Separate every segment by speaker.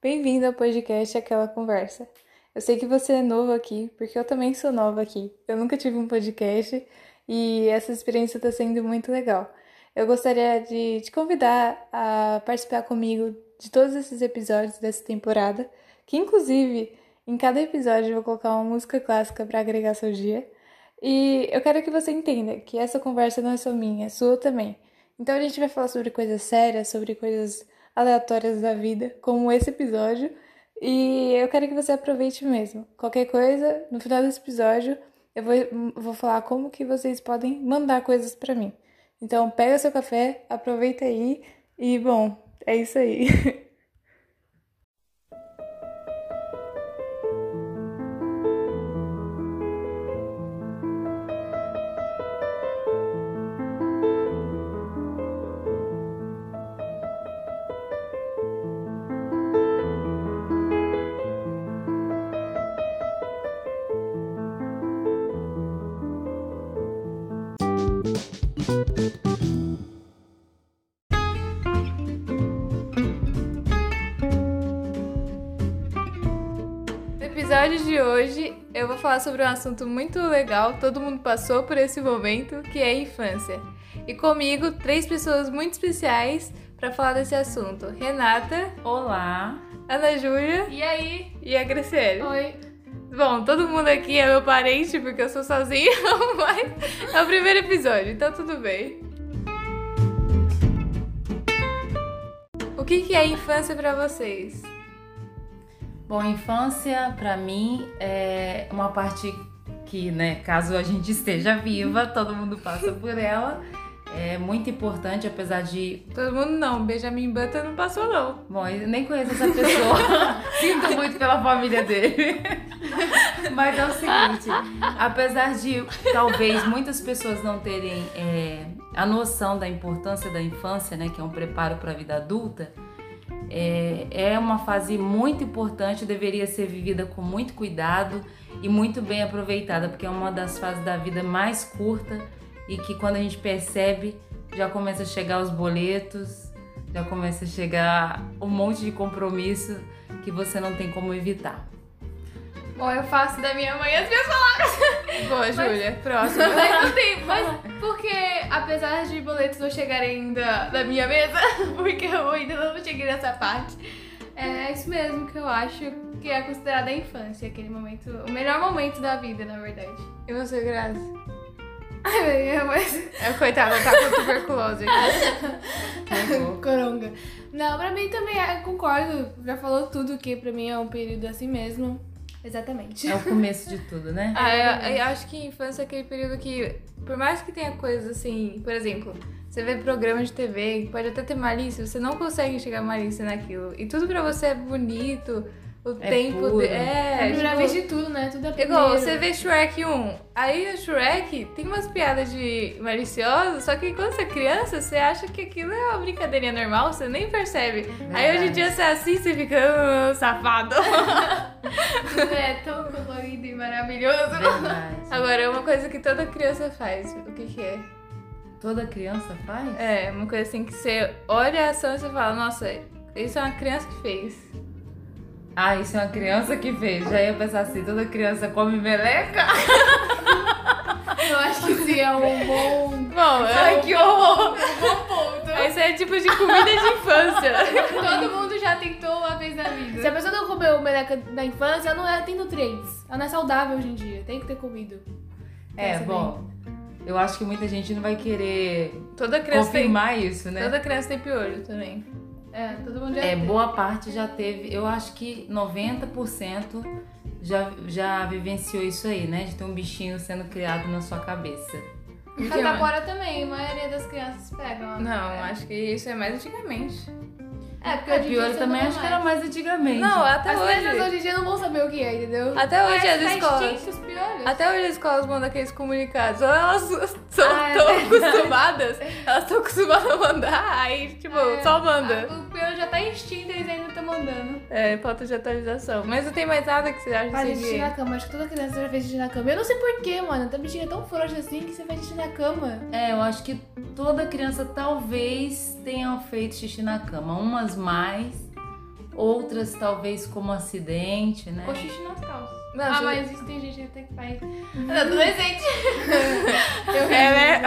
Speaker 1: Bem-vindo ao podcast Aquela Conversa. Eu sei que você é novo aqui, porque eu também sou nova aqui. Eu nunca tive um podcast e essa experiência está sendo muito legal. Eu gostaria de te convidar a participar comigo de todos esses episódios dessa temporada, que inclusive em cada episódio eu vou colocar uma música clássica para agregar seu dia. E eu quero que você entenda que essa conversa não é só minha, é sua também. Então a gente vai falar sobre coisas sérias, sobre coisas aleatórias da vida, como esse episódio. E eu quero que você aproveite mesmo. Qualquer coisa, no final desse episódio, eu vou, vou falar como que vocês podem mandar coisas para mim. Então pega seu café, aproveita aí e bom, é isso aí. No episódio de hoje, eu vou falar sobre um assunto muito legal, todo mundo passou por esse momento, que é a infância. E comigo, três pessoas muito especiais para falar desse assunto: Renata,
Speaker 2: Olá!
Speaker 1: Ana Júlia
Speaker 2: E aí?
Speaker 1: e a Graciele.
Speaker 2: Oi!
Speaker 1: Bom, todo mundo aqui é meu parente porque eu sou sozinha, mas é o primeiro episódio, então tudo bem. O que, que é infância pra vocês?
Speaker 2: Bom, a infância pra mim é uma parte que, né, caso a gente esteja viva, todo mundo passa por ela. É muito importante, apesar de.
Speaker 1: Todo mundo não, Benjamin Button não passou não.
Speaker 2: Bom, eu nem conheço essa pessoa. Sinto muito pela família dele. Mas é o seguinte, apesar de talvez muitas pessoas não terem é, a noção da importância da infância, né, que é um preparo para a vida adulta, é, é uma fase muito importante, deveria ser vivida com muito cuidado e muito bem aproveitada, porque é uma das fases da vida mais curta e que quando a gente percebe já começa a chegar os boletos, já começa a chegar um monte de compromisso que você não tem como evitar.
Speaker 3: Bom, eu faço da minha mãe as minhas
Speaker 1: Boa, Júlia, próximo.
Speaker 3: mas não tem, mas porque apesar de boletos não chegarem ainda da minha mesa, porque eu ainda não cheguei nessa parte, é isso mesmo que eu acho que é considerada a infância, aquele momento, o melhor momento da vida, na verdade.
Speaker 1: E você, Grazi?
Speaker 3: Ai, mas...
Speaker 1: É, coitada, tá com tuberculose aqui.
Speaker 3: Coronga. Não, pra mim também, é, concordo, já falou tudo que pra mim é um período assim mesmo. Exatamente.
Speaker 2: É o começo de tudo, né?
Speaker 1: Ah, eu, eu acho que infância é aquele período que, por mais que tenha coisas assim, por exemplo, você vê programas de TV, pode até ter malícia, você não consegue enxergar malícia naquilo. E tudo pra você é bonito, o
Speaker 2: É
Speaker 1: tempo.
Speaker 2: puro.
Speaker 1: de-
Speaker 3: É a
Speaker 1: é,
Speaker 3: primeira
Speaker 1: tipo,
Speaker 3: vez de tudo, né? Tudo é primeiro.
Speaker 1: Igual, você vê Shrek 1, aí o Shrek tem umas piadas de malicioso, só que quando você é criança, você acha que aquilo é uma brincadeirinha normal, você nem percebe. Aí hoje em dia você assiste e fica "Ah, safado.
Speaker 3: Tudo é tão colorido e maravilhoso.
Speaker 2: Verdade.
Speaker 1: Agora, uma coisa que toda criança faz, o que que é?
Speaker 2: Toda criança faz?
Speaker 1: É, uma coisa assim que você olha a ação e você fala, nossa, isso é uma criança que fez.
Speaker 2: Ah, isso é uma criança que fez. Já ia pensar assim, toda criança come meleca?
Speaker 3: Eu acho que sim, é um bom
Speaker 1: Bom, é,
Speaker 2: que horror!
Speaker 1: esse é tipo de comida de infância.
Speaker 3: Todo mundo já tentou uma vez na vida. Se a pessoa não comeu meleca na infância, ela não ela tem nutrientes. Ela não é saudável hoje em dia. Tem que ter comido.
Speaker 2: É,
Speaker 3: Pensa
Speaker 2: bom, eu acho que muita gente não vai querer
Speaker 1: Toda criança tem.
Speaker 2: confirmar isso, né?
Speaker 1: Toda criança tem piolho também.
Speaker 3: É, todo mundo já
Speaker 2: É,
Speaker 3: tem.
Speaker 2: boa parte já teve, eu acho que 90% já, já vivenciou isso aí, né? De ter um bichinho sendo criado na sua cabeça.
Speaker 1: E o que mais?
Speaker 3: Catapora também, a maioria das crianças pegam.
Speaker 1: Não,
Speaker 3: é.
Speaker 1: acho que isso é mais antigamente.
Speaker 3: É, porque
Speaker 2: É,
Speaker 3: hoje em dia
Speaker 2: pior
Speaker 3: você
Speaker 2: também
Speaker 3: não
Speaker 2: acho que
Speaker 3: vai.
Speaker 2: era mais antigamente.
Speaker 1: Não, é- até
Speaker 3: As crianças
Speaker 1: hoje.
Speaker 3: hoje em dia não vão saber o que é, entendeu?
Speaker 1: Até hoje
Speaker 3: Parece
Speaker 1: as
Speaker 3: que tá
Speaker 1: escolas.
Speaker 3: extinto os piolhos.
Speaker 1: Até hoje as escolas mandam aqueles comunicados. Ou elas são
Speaker 3: Ah, é
Speaker 1: tão acostumadas, elas estão acostumadas a mandar, aí, tipo,
Speaker 3: É.
Speaker 1: só manda.
Speaker 3: Ah, o piolho já tá extinto, eles ainda estão mandando.
Speaker 1: É, falta de atualização. Mas não tem mais nada que você acha
Speaker 3: Faz
Speaker 1: assim
Speaker 3: xixi
Speaker 1: de...
Speaker 3: na cama, acho que toda criança já fez xixi na cama. Eu não sei porquê, mano. Tua bichinha é tão frouxa assim que você faz xixi na cama.
Speaker 2: É, eu acho que toda criança talvez tenha feito xixi na cama. Umas mais, Outras, talvez, como acidente, né?
Speaker 3: Ou xixi nas calças.
Speaker 1: Não,
Speaker 3: ah,
Speaker 1: ju-
Speaker 3: mas isso tem gente até que faz. Adolescente. Eu
Speaker 1: É, né?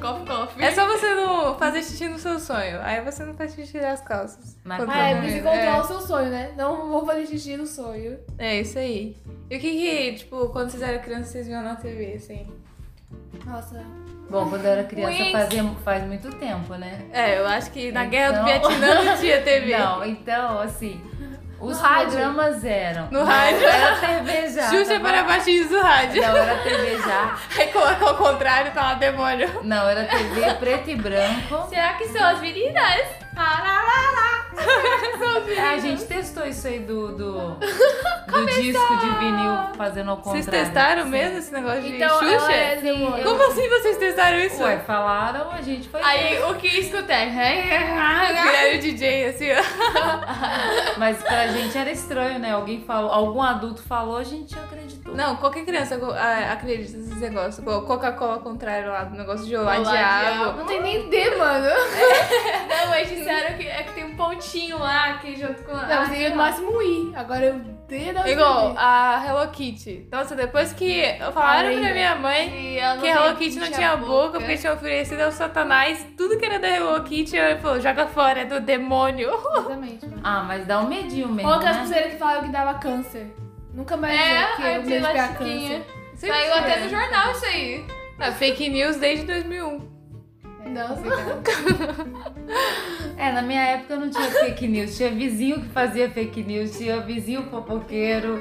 Speaker 3: cof, cof.
Speaker 1: É só você não fazer xixi no seu sonho. Aí você não faz xixi nas calças.
Speaker 2: Mas
Speaker 1: Quando
Speaker 3: Ah, é
Speaker 1: tá
Speaker 3: você
Speaker 1: dormindo.
Speaker 3: controla o seu sonho, né? Não vou fazer xixi no sonho.
Speaker 1: É, é isso aí. E o que que, tipo, quando vocês eram crianças, vocês viam na TV, assim?
Speaker 3: Nossa.
Speaker 2: Bom, quando eu era criança
Speaker 3: Wink.
Speaker 2: fazia, faz muito tempo, né?
Speaker 1: É, eu acho que na Guerra do
Speaker 2: Então-
Speaker 1: Vietnã não tinha TV.
Speaker 2: Não, então, assim, os
Speaker 3: rádio.
Speaker 2: programas eram...
Speaker 1: No rádio.
Speaker 2: Era TV já.
Speaker 1: Xuxa
Speaker 2: tava-
Speaker 1: para baixinhos do rádio.
Speaker 2: Não, era TV já.
Speaker 1: Aí colocar ao contrário, tá lá demônio.
Speaker 2: Não, era TV preto e branco.
Speaker 3: Será que são as meninas?
Speaker 2: É, A gente testou isso aí do, do, do disco de vinil fazendo ao contrário.
Speaker 1: Vocês testaram mesmo esse negócio de
Speaker 3: Então,
Speaker 1: Xuxa?
Speaker 3: ela é demônio.
Speaker 1: Como assim vocês testaram isso?
Speaker 2: Ué, falaram, a gente foi.
Speaker 3: Aí o que é, escutei?
Speaker 1: Viraram DJ, assim, ó.
Speaker 2: Mas pra gente era estranho, né? Alguém falou, algum adulto falou, a gente acreditou.
Speaker 1: Não, qualquer criança go- ah, acredita nesses negócios. Igual Coca-Cola ao contrário lá, do negócio de olá de água.
Speaker 3: Não tem nem D, mano. Não, mas disseram que é que tem um pontinho lá que junto com a. Ah,
Speaker 4: Não, seria no máximo um I. Agora o D da
Speaker 1: Igual a Hello Kitty. Nossa, depois que falaram
Speaker 4: Além
Speaker 1: pra
Speaker 3: né?
Speaker 4: da-
Speaker 1: minha mãe que Hello Kitty não tinha boca, porque tinha oferecido ao satanás tudo que era da Hello Kitty, ela falou, joga fora, é do demônio.
Speaker 4: Exatamente. mano.
Speaker 2: Ah, mas dá um medinho mesmo.
Speaker 4: Ou aquelas
Speaker 2: né?
Speaker 4: pulseiras que é falaram que dava câncer. Nunca mais
Speaker 3: É,
Speaker 4: dizer que
Speaker 3: aí
Speaker 4: eu
Speaker 3: eu
Speaker 4: medo de
Speaker 3: lá
Speaker 4: pegar
Speaker 3: chiquinha.
Speaker 4: câncer.
Speaker 1: Sempre
Speaker 3: Saiu até
Speaker 1: foi.
Speaker 3: no jornal isso aí.
Speaker 1: Ah, fake news desde 2001.
Speaker 4: É, Não,
Speaker 2: É, na minha época não tinha fake news. Tinha vizinho que fazia fake news, tinha vizinho fofoqueiro.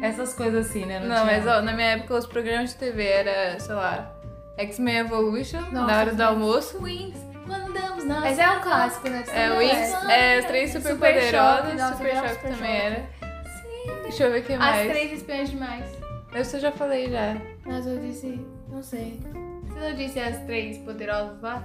Speaker 2: Essas coisas assim, né?
Speaker 1: Não,
Speaker 2: Não, tinha-
Speaker 1: mas ó, na minha época os programas de TV era, sei lá, X-Men Evolution,
Speaker 4: Nossa,
Speaker 1: na hora do almoço.
Speaker 2: Wings, mandamos nós.
Speaker 4: Mas é um clássico, né?
Speaker 1: É,
Speaker 4: Não
Speaker 1: Wings, é, as três super,
Speaker 4: Super
Speaker 1: poderosas,
Speaker 4: Choque, nossa,
Speaker 1: Super
Speaker 4: eu
Speaker 1: Choque
Speaker 4: adorava Super
Speaker 1: também
Speaker 4: Choque.
Speaker 1: era. Deixa eu ver o que
Speaker 3: As
Speaker 1: mais.
Speaker 3: três espiãs demais.
Speaker 1: Essa eu já falei já.
Speaker 4: Mas eu disse, não sei.
Speaker 3: Você não disse as três poderosas lá?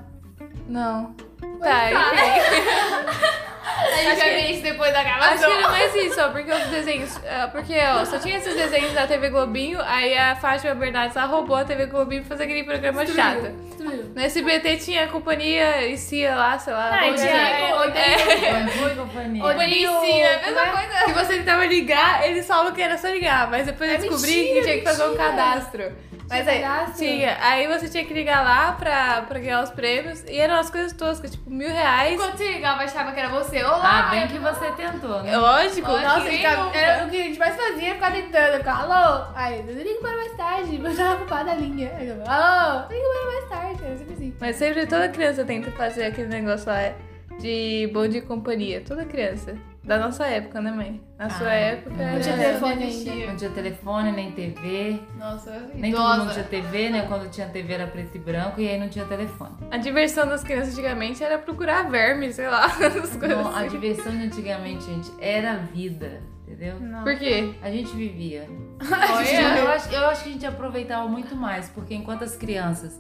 Speaker 1: Não.
Speaker 3: Tá,
Speaker 1: Tá, enfim.
Speaker 3: A gente vai ver isso depois da
Speaker 1: Acho que
Speaker 3: gravação.
Speaker 1: era mais isso, ó, porque os desenhos. é, Porque, ó, só tinha esses desenhos da TV Globinho, aí a Fátima Bernardes lá roubou a TV Globinho pra fazer aquele programa chato.
Speaker 4: Destruiu.
Speaker 1: No SBT tinha a companhia e Cia lá, sei lá.
Speaker 3: Ah, tinha-
Speaker 1: bom dia.
Speaker 3: é,
Speaker 1: Bom dia.
Speaker 2: Bandido e companhia.
Speaker 4: é
Speaker 3: Ou delicinha, a
Speaker 4: né?
Speaker 3: mesma coisa.
Speaker 1: Se você tentava ligar, eles falavam que era só ligar, mas depois eu
Speaker 4: É
Speaker 1: descobri que
Speaker 4: mentira,
Speaker 1: tinha que fazer um
Speaker 4: mentira.
Speaker 1: cadastro. Mas aí,
Speaker 4: Tinha cadastro?
Speaker 1: tinha. Aí você tinha que ligar lá pra, pra ganhar os prêmios e eram as coisas toscas, tipo mil reais.
Speaker 3: Quando você ligava, achava que era você. Olá!
Speaker 2: Ah, bem
Speaker 3: eu-
Speaker 2: que você tentou, né?
Speaker 1: É Lógico,
Speaker 3: Lógico.
Speaker 1: nossa, então, é.
Speaker 4: Nossa,
Speaker 3: nem
Speaker 4: ficava-
Speaker 3: nunca.
Speaker 4: era é, o que a gente mais fazia, ficar tentando. Ficava, alô? Aí, eu ligo para mais tarde. Mas eu tava ocupada a linha. Aí eu, alô? Ligo para mais tarde. Era sempre
Speaker 3: É,
Speaker 4: assim.
Speaker 1: Mas sempre toda criança tenta fazer aquele negócio lá é, de bom de companhia. Toda criança. Da nossa época, né, mãe? Na sua
Speaker 2: Ah,
Speaker 1: época.
Speaker 2: não
Speaker 1: era-
Speaker 4: tinha
Speaker 3: eu
Speaker 4: telefone
Speaker 3: não
Speaker 4: ainda.
Speaker 3: existia.
Speaker 2: Não tinha telefone, nem TV.
Speaker 3: Nossa, eu era
Speaker 2: Nem todo mundo
Speaker 3: idosa.
Speaker 2: tinha TV, né? Quando tinha TV era preto e branco e aí não tinha telefone.
Speaker 1: A diversão das crianças antigamente era procurar verme, sei lá, essas coisas.
Speaker 2: Então, a
Speaker 1: assim.
Speaker 2: diversão de antigamente, gente, era a vida, entendeu?
Speaker 1: Por quê?
Speaker 2: A gente vivia. Tipo,
Speaker 3: Olha.
Speaker 2: Eu acho, eu acho que a gente aproveitava muito mais, porque enquanto as crianças,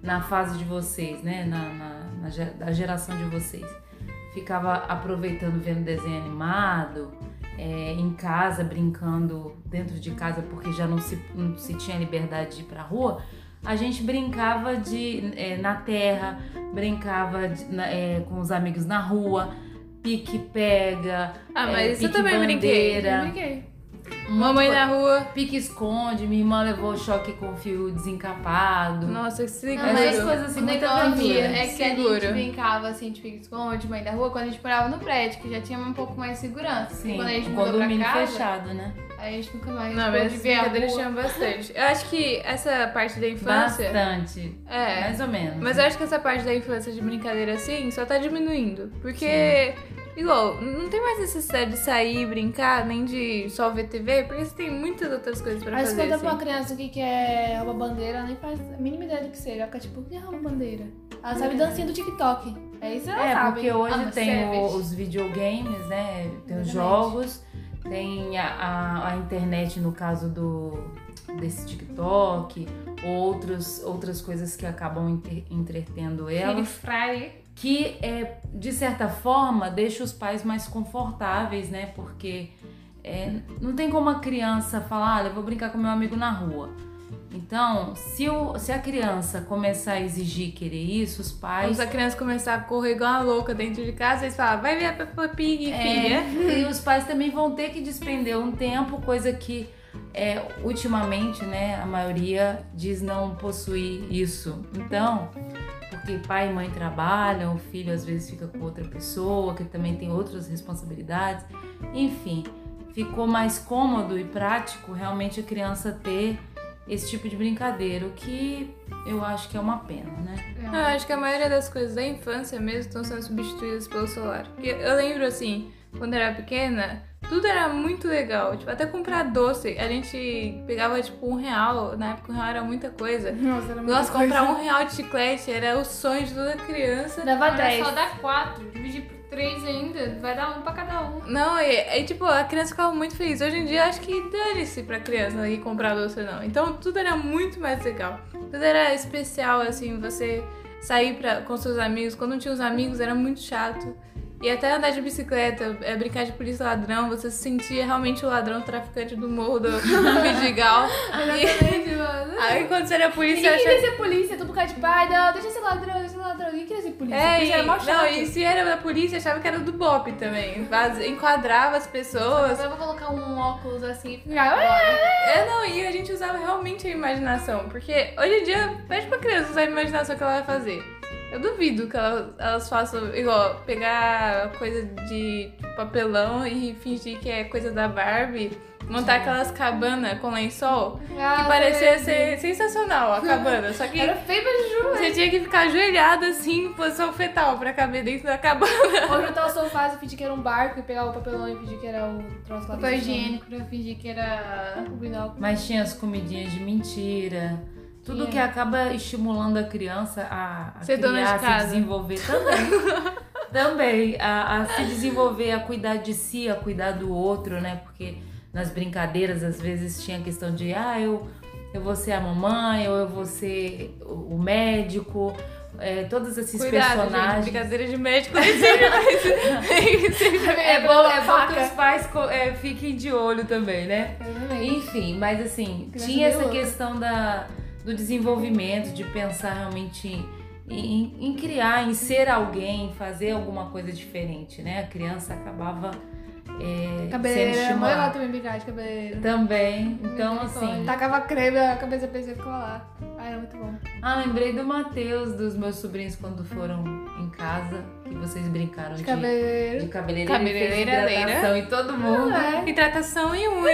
Speaker 2: na fase de vocês, né? Na, na- na ge- da geração de vocês, ficava aproveitando, vendo desenho animado, é, em casa, brincando dentro de casa, porque já não se, não se tinha liberdade de ir pra rua. A gente brincava de é, na terra, brincava de- na- é, com os amigos na rua, pique-pega,
Speaker 1: Ah,
Speaker 2: É,
Speaker 1: mas isso eu
Speaker 2: pique
Speaker 1: também brinquei.
Speaker 2: bandeira.
Speaker 4: Eu brinquei.
Speaker 1: Mamãe
Speaker 4: tipo,
Speaker 1: na rua.
Speaker 2: pique-esconde, minha irmã levou choque com fio desencapado.
Speaker 1: Nossa, que seguro.
Speaker 2: Essas coisas assim,
Speaker 3: O
Speaker 2: muita
Speaker 3: negócio
Speaker 2: aventura.
Speaker 3: é que a
Speaker 1: Seguro.
Speaker 3: gente brincava assim, de pique-esconde, mãe da rua, quando a gente morava no prédio, que já tinha um pouco mais de segurança. Assim,
Speaker 2: Sim,
Speaker 3: quando a gente
Speaker 2: um
Speaker 3: mudou pra
Speaker 2: condomínio
Speaker 3: casa,
Speaker 2: fechado, né?
Speaker 3: aí a gente nunca mais
Speaker 1: Não,
Speaker 3: pôde
Speaker 1: mas essas
Speaker 3: ver a
Speaker 1: brincadeiras
Speaker 3: rua.
Speaker 1: tinham bastante. Eu acho que essa parte da infância.
Speaker 2: Bastante.
Speaker 1: É.
Speaker 2: Mais ou menos.
Speaker 1: Mas eu acho que essa parte da infância de brincadeira assim só tá diminuindo. Porque, igual, não tem mais necessidade de sair, brincar, nem de só ver TV, porque você tem muitas outras coisas pra
Speaker 4: Mas
Speaker 1: fazer.
Speaker 4: quando é
Speaker 1: Assim.
Speaker 4: pra uma criança o que, que é uma bandeira, ela nem faz a mínima ideia do que seja. Ela fica tipo, o que é uma bandeira? Ela
Speaker 1: É.
Speaker 4: sabe dancinha do TikTok. É isso que ela
Speaker 2: É,
Speaker 4: sabe.
Speaker 2: porque hoje
Speaker 3: Ama
Speaker 2: tem o-
Speaker 3: savage.
Speaker 2: os videogames, né? Tem os
Speaker 4: Exatamente.
Speaker 2: jogos, tem a, a- a internet, no caso do desse TikTok, outros, outras coisas que acabam entre- entretendo
Speaker 3: Free
Speaker 2: ela.
Speaker 3: Fry.
Speaker 2: que é, de certa forma deixa os pais mais confortáveis, né? Porque é, não tem como a criança falar, ah, eu vou brincar com meu amigo na rua. Então, se, o, se a criança começar a exigir querer isso, os pais.
Speaker 1: Quando a criança começar a correr igual uma louca dentro de casa, eles falam, vai ver a Peppa Pig, filha.
Speaker 2: É, e os pais também vão ter que despender um tempo, coisa que é, ultimamente, né, a maioria diz não possuir isso. Então, porque pai e mãe trabalham, o filho às vezes fica com outra pessoa, que também tem outras responsabilidades. Enfim, ficou mais cômodo e prático realmente a criança ter esse tipo de brincadeira, o que eu acho que é uma pena, né?
Speaker 1: Eu
Speaker 4: É.
Speaker 1: Ah, acho que a maioria das coisas da infância mesmo estão sendo substituídas pelo celular. Porque eu lembro assim, quando era pequena, tudo era muito legal. Tipo, até comprar doce. A gente pegava tipo um real. Na época um real era muita coisa.
Speaker 4: Nossa, é era
Speaker 1: Nossa, comprar um real de chiclete era o sonho de toda criança.
Speaker 4: Dava
Speaker 3: Agora
Speaker 4: 10.
Speaker 3: só dá quatro. Dividir por três ainda, vai dar um pra cada um.
Speaker 1: Não, e, e, tipo, a criança ficava muito feliz. Hoje em dia, acho que dane-se pra criança ir comprar doce ou não. Então, tudo era muito mais legal. Tudo era especial, assim, você sair pra, com seus amigos. Quando não tinha os amigos, era muito chato. E até andar de bicicleta, é, brincar de polícia e ladrão, você se sentia realmente o ladrão traficante do morro do, do Vidigal.
Speaker 4: Exatamente, mano.
Speaker 1: Aí, quando você era polícia,
Speaker 4: Ninguém
Speaker 1: achava...
Speaker 4: queria ser polícia, todo cara de pai, não, deixa ser ladrão, deixa ser ladrão. Ninguém queria ser polícia,
Speaker 1: É,
Speaker 4: polícia
Speaker 1: e,
Speaker 4: era mó chato.
Speaker 1: não, e se era da polícia, achava que era do BOP também. Faz- Enquadrava as pessoas.
Speaker 3: Agora eu vou colocar um óculos assim e ficar
Speaker 1: É, não, e a gente usava realmente a imaginação, porque hoje em dia, pede pra criança usar a imaginação que ela vai fazer. Eu duvido que ela- elas façam, igual, pegar coisa de tipo, papelão e fingir que é coisa da Barbie, montar aquelas cabanas com lençol, que parecia ser sensacional a cabana, só que
Speaker 4: Era feio, mas juro.
Speaker 1: você tinha que ficar ajoelhada assim, em posição fetal, pra caber dentro da cabana.
Speaker 4: Ou juntar o sofá e fingir que era um barco e pegar o papelão e fingir que era o troço lá
Speaker 3: papel
Speaker 4: dentro.
Speaker 3: Tipo, higiênico pra fingir que era.
Speaker 4: O binóculo.
Speaker 2: Mas tinha as comidinhas de mentira. Tudo
Speaker 4: Tinha.
Speaker 2: que acaba estimulando a criança a, a
Speaker 1: É. Ser dona de
Speaker 2: criar, a se
Speaker 1: casa.
Speaker 2: desenvolver também. também, a, a se desenvolver, a cuidar de si, a cuidar do outro, né? Porque nas brincadeiras, às vezes, tinha a questão de ah, eu, eu vou ser a mamãe, ou eu vou ser o o médico. É, todos esses
Speaker 1: Cuidado, gente,
Speaker 2: personagens.
Speaker 1: brincadeira de médico, nem seja mais...
Speaker 2: É bom,
Speaker 4: pela
Speaker 2: é bom que
Speaker 4: faca.
Speaker 2: os pais co- é, fiquem de olho também, né?
Speaker 4: Exatamente.
Speaker 2: Enfim, mas assim,
Speaker 4: Criança
Speaker 2: tinha
Speaker 4: meio
Speaker 2: essa
Speaker 4: louca.
Speaker 2: questão da, do desenvolvimento, de pensar realmente em, em- em criar, em ser alguém, fazer alguma coisa diferente, né? A criança acabava é, sendo
Speaker 4: Cabeleireira, mãe lá
Speaker 2: estimulada.
Speaker 4: também brincar de cabeleireira.
Speaker 2: Também, então assim.
Speaker 4: Tacava creme na cabeça da pessoa e ficava lá. Ah, era muito bom.
Speaker 2: Ah, lembrei do Matheus, dos meus sobrinhos quando foram em casa, que vocês brincaram de,
Speaker 4: De
Speaker 2: de
Speaker 4: cabeleireiro.
Speaker 2: cabeleireira,
Speaker 1: Cabeleireira,
Speaker 2: cabeleireira né? e fez hidratação em todo mundo.
Speaker 4: Ah,
Speaker 1: Hidratação e unha.